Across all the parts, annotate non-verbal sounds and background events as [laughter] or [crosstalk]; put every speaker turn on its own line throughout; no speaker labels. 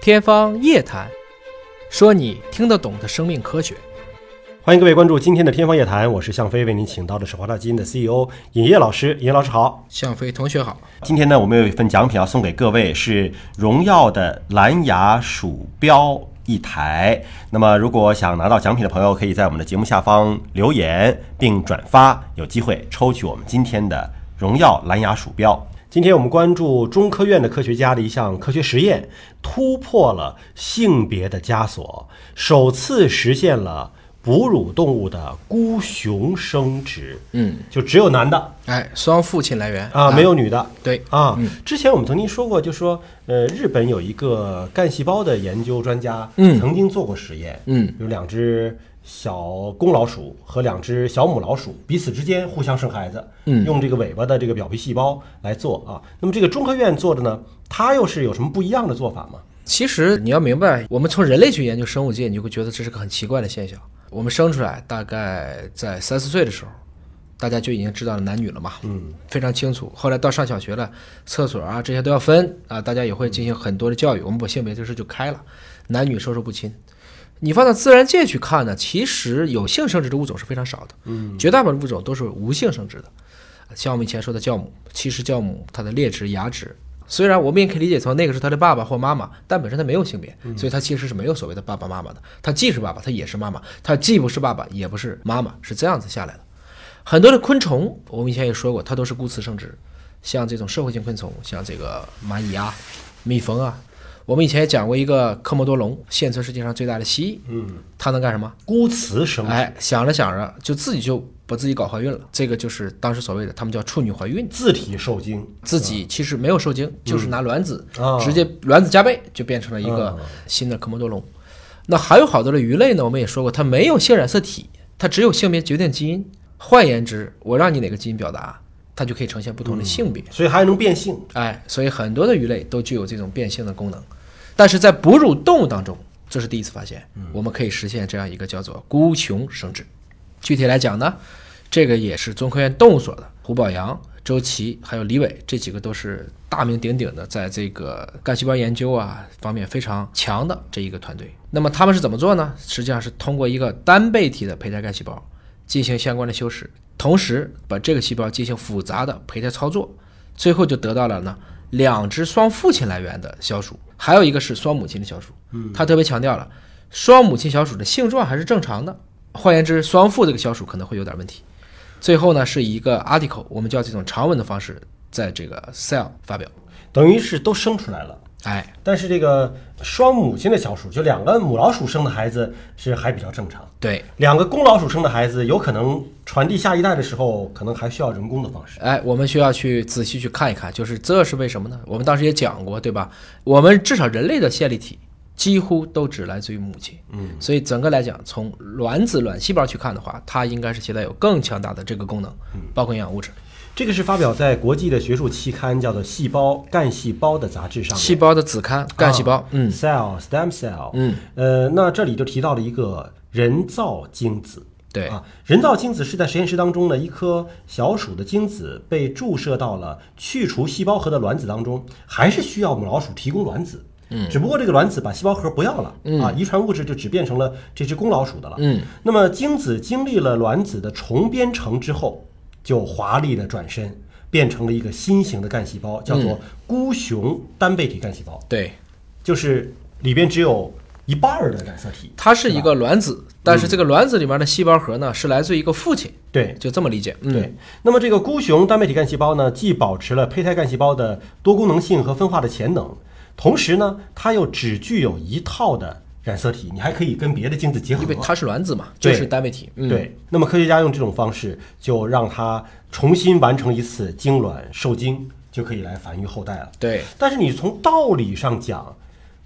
天方夜谭，说你听得懂的生命科学。
欢迎各位关注今天的《天方夜谭》，我是向飞，为您请到的是华大基因的 CEO 尹烨老师。尹烨老师好，
向飞同学好，
今天呢，我们有一份奖品要送给各位，是荣耀的蓝牙鼠标一台。那么，如果想拿到奖品的朋友，可以在我们的节目下方留言并转发，有机会抽取我们今天的荣耀蓝牙鼠标。今天我们关注中科院的科学家的一项科学实验，突破了性别的枷锁，首次实现了哺乳动物的孤雄生殖。
嗯，
就只有男的
哎，双父亲来源
啊，没有女的。
对，
啊，之前我们曾经说过，就说呃，日本有一个干细胞的研究专家，
嗯
曾经做过实验，
嗯，
有两只小公老鼠和两只小母老鼠彼此之间互相生孩子，嗯，用这个尾巴的这个表皮细胞来做啊。那么这个中科院做的呢，它又是有什么不一样的做法吗？
其实你要明白，我们从人类去研究生物界，你就会觉得这是个很奇怪的现象。我们生出来大概在三四岁的时候，大家就已经知道了男女了嘛，嗯，非常清楚。后来到上小学了，厕所啊这些都要分啊，大家也会进行很多的教育。我们把性别这事就开了，男女授受不亲。你放到自然界去看呢，其实有性生殖的物种是非常少的，嗯，绝大部分物种都是无性生殖的。像我们以前说的酵母，其实酵母它的裂殖、芽殖，虽然我们也可以理解成那个是它的爸爸或妈妈，但本身它没有性别，所以它其实是没有所谓的爸爸妈妈的。它既是爸爸，它也是妈妈；它既不是爸爸，也不是妈妈，是这样子下来的。很多的昆虫，我们以前也说过，它都是孤雌生殖，像这种社会性昆虫，像这个蚂蚁啊、蜜蜂啊。我们以前也讲过一个科莫多龙，现存世界上最大的蜥蜴，嗯，它能干什么？
孤雌生殖，
哎，想着想着就自己就把自己搞怀孕了，这个就是当时所谓的他们叫处女怀孕，
自体受精，
自己其实没有受精，就是拿卵子、
嗯啊
直接卵子加倍，就变成了一个新的科莫多龙。那还有好多的鱼类呢，我们也说过，它没有性染色体，它只有性别决定基因。换言之，我让你哪个基因表达，它就可以呈现不
嗯
同的性别。
所以还能变性。
哎，所以很多的鱼类都具有这种变性的功能，但是在哺乳动物当中，这是第一次发现，我们可以实现这样一个叫做孤雄生殖。具体来讲呢，这个也是中科院动物所的胡宝阳、周琦还有李伟这几个都是大名鼎鼎的，在这个干细胞研究啊方面非常强的这一个团队。那么他们是怎么做呢？实际上是通过一个单倍体的胚胎干细胞进行相关的修饰，同时把这个细胞进行复杂的胚胎操作，最后就得到了呢两只双父亲来源的小鼠，还有一个是双母亲的小鼠。嗯，他特别强调了双母亲小鼠的性状还是正常的，换言之，双父这个小鼠可能会有点问题。最后呢，是以一个 article，我们叫这种长文的方式，在这个 Cell 发表。
等于是都生出来了。
哎，
但是这个双母亲的小鼠，就两个母老鼠生的孩子是还比较正常。
对，
两个公老鼠生的孩子，有可能传递下一代的时候，可能还需要人工的方式。
哎，我们需要去仔细去看一看，就是这是为什么呢？我们当时也讲过，对吧？我们至少人类的线粒体几乎都只来自于母亲，嗯，所以整个来讲，从卵子卵细胞去看的话，它应该是携带有更强大的这个功能，包括营养物质。
这个是发表在国际的学术期刊，叫做《细胞干细胞》的杂志上面。
细胞的子刊，干细胞，嗯，
c e l l stem cell，
嗯，
呃，那这里就提到了一个人造精子。
对
啊，人造精子是在实验室当中呢，一颗小鼠的精子被注射到了去除细胞核的卵子当中，还是需要母老鼠提供卵子。嗯，只不过这个卵子把细胞核不要了，嗯、啊，遗传物质就只变成了这只公老鼠的了。嗯，那么精子经历了卵子的重编程之后，就华丽的转身，变成了一个新型的干细胞，叫
嗯
做孤雄单倍体干细胞。
对，
就是里边只有一半儿的染色体。
它是一个卵子，但是这个卵子里面的细胞核呢，是来自于一个父亲，
对
就这么理解，嗯，
对，那么这个孤雄单倍体干细胞呢，既保持了胚胎干细胞的多功能性和分化的潜能，同时呢，它又只具有一套的染色体，你还可以跟别的精子结合
因为。它是卵子嘛，就
对
是单位体，嗯，
对，那么科学家用这种方式，就让它重新完成一次精卵受精，就可以来繁育后代了。
对，
但是你从道理上讲，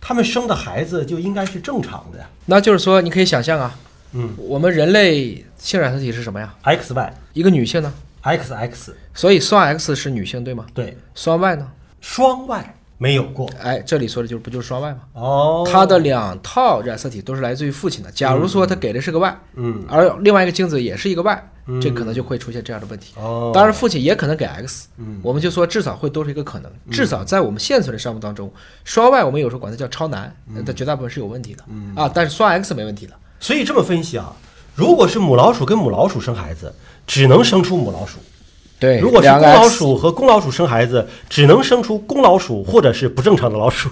他们生的孩子就应该是正常的呀
那就是说你可以想象啊，嗯，我们人类性染色体是什么呀？
，X Y
一个女性呢，
X X，
所以双 X 是女性对吗？
对，
双 Y 呢？
双 Y 没有过。
哎，这里说的就是不就是双 Y 吗？
哦，
它的两套染色体都是来自于父亲的。假如说他给的是个 Y，
嗯，
而另外一个精子也是一个 Y，这可能就会出现这样的问题。
哦，
当然，父亲也可能给 X，
嗯
我们就说至少会多出一个可能。至少在我们现存的项目当中，双 Y 我们有时候管它叫超男，
嗯
它绝大部分是有问题的啊，但是双 X 没问题的。
所以这么分析啊，如果是母老鼠跟母老鼠生孩子，只能生出母老鼠；
对
如果是
两
公
个
老
X
鼠和公老鼠生孩子，只能生出公老鼠或者是不正常的老鼠。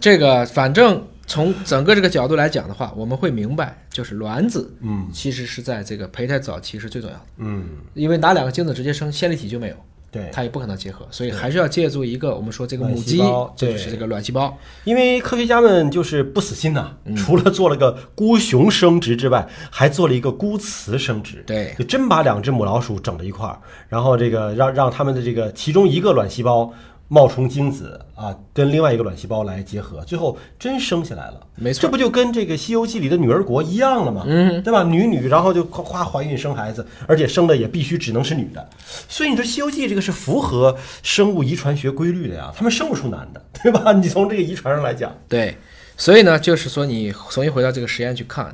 这个反正从整个这个角度来讲的话，我们会明白，就是卵子，
嗯，
其实是在这个胚胎早期是最重要的，
嗯，
因为拿两个精子直接生，线粒体就没有，
对，
它也不可能结合，所以还是要借助一个我们说这个
卵
母
细
鸡
胞，
这
对
就是这个卵细胞，
因为科学家们就是不死心呐、除了做了个孤雄生殖之外，还做了一个孤雌生殖。
对
就真把两只母老鼠整到一块儿，然后这个让让它们的这个其中一个卵细胞冒充精子啊，跟另外一个卵细胞来结合，最后真生下来了。
没错
这不就跟这个《西游记》里的女儿国一样了吗？嗯，对吧？女女，然后就夸夸怀孕生孩子，而且生的也必须只能是女的。所以你说《西游记》这个是符合生物遗传学规律的呀，他们生不出男的，对吧？你从这个遗传上来讲，
对，所以呢，就是说你重新回到这个实验去看，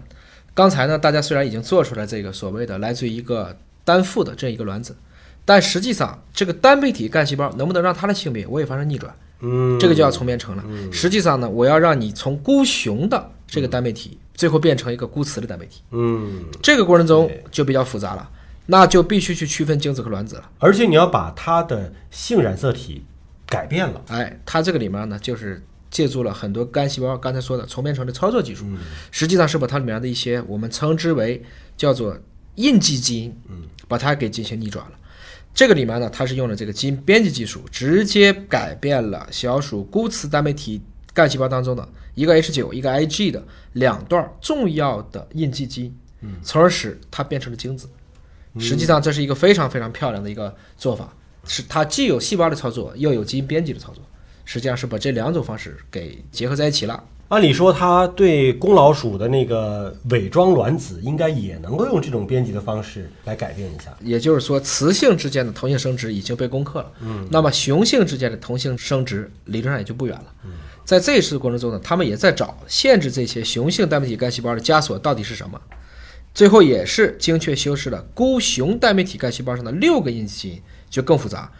刚才呢，大家虽然已经做出来这个所谓的来自于一个单负的这一个卵子，但实际上这个单倍体干细胞能不能让它的性别我也发生逆转，
嗯，
这个就要从变成了。实际上呢，我要让你从孤雄的这个单倍体，最后变成一个孤雌的单倍体，
嗯，
这个过程中就比较复杂了，那就必须去区分精子和卵子了。
而且你要把它的性染色体改变了，
哎，它这个里面呢，就是借助了很多干细胞刚才说的重编程的操作技术，实际上是把它里面的一些我们称之为叫做印记基因，把它给进行逆转了。这个里面呢，它是用了这个基因编辑技术，直接改变了小鼠孤雌单倍体干细胞当中的一个 H 9一个 IG 的两段重要的印记基因，从而使它变成了精子。实际上，这是一个非常非常漂亮的一个做法，是它既有细胞的操作，又有基因编辑的操作，实际上是把这两种方式给结合在一起了。
按理说，它对公老鼠的那个伪装卵子应该也能够用这种编辑的方式来改变一下。
也就是说，雌性之间的同性生殖已经被攻克了，嗯，那么雄性之间的同性生殖理论上也就不远了。在这一次过程中呢，他们也在找限制这些雄性单倍体干细胞的枷锁到底是什么。最后也是精确修饰了孤雄单倍体干细胞上的六个印记基因，就更复杂。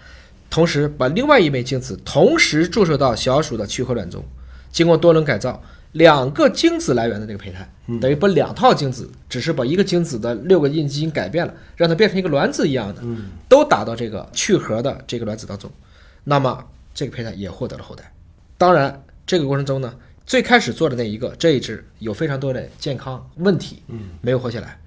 同时，把另外一枚精子同时注射到小鼠的躯壳卵中，经过多轮改造，两个精子来源的这个胚胎，等于把两套精子，只是把一个精子的六个印基因改变了，让它变成一个卵子一样的，都打到这个去核的这个卵子当中，那么这个胚胎也获得了后代。当然，这个过程中呢，最开始做的那一个这一只有非常多的健康问题，嗯，没有活下来。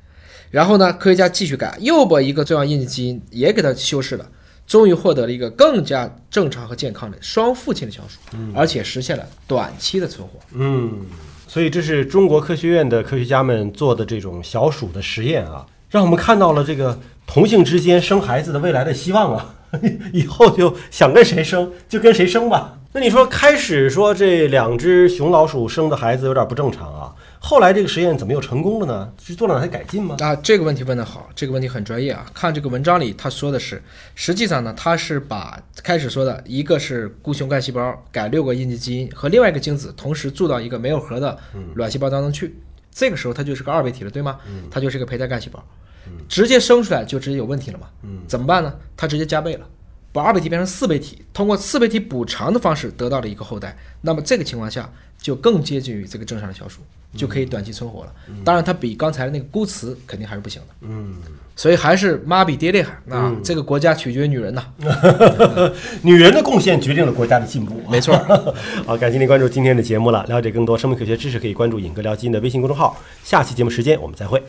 然后呢，科学家继续改，又把一个重要印记基因也给它修饰了，终于获得了一个更加正常和健康的双父亲的小鼠，而且实现了短期的存活。
嗯，所以这是中国科学院的科学家们做的这种小鼠的实验啊，让我们看到了这个同性之间生孩子的未来的希望啊。 [laughs] 以后就想跟谁生就跟谁生吧。那你说开始说这两只雄老鼠生的孩子有点不正常啊，后来这个实验怎么又成功了呢？是做了哪些改进吗？
啊，这个问题问得好，这个问题很专业啊。看这个文章里他说的是，实际上呢，他是把开始说的一个是孤雄干细胞改六个印记基因和另外一个精子同时注到一个没有核的卵细胞当中去，这个时候它就是个二倍体了，对吗？它就是个胚胎干细胞，直接生出来就直接有问题了嘛？怎么办呢？它直接加倍了。把二倍体变成四倍体，通过四倍体补偿的方式得到了一个后代，那么这个情况下就更接近于这个正常的小鼠，就可以短期存活了。当然，它比刚才的那个孤雌肯定还是不行的。嗯，所以还是妈比爹厉害。那、这个国家取决于女人呐。
[laughs] 女人的贡献决定了国家的进步。
没错。
[laughs] 好，感谢您关注今天的节目了。了解更多生命科学知识，可以关注“尹哥聊基因”的微信公众号。下期节目时间我们再会。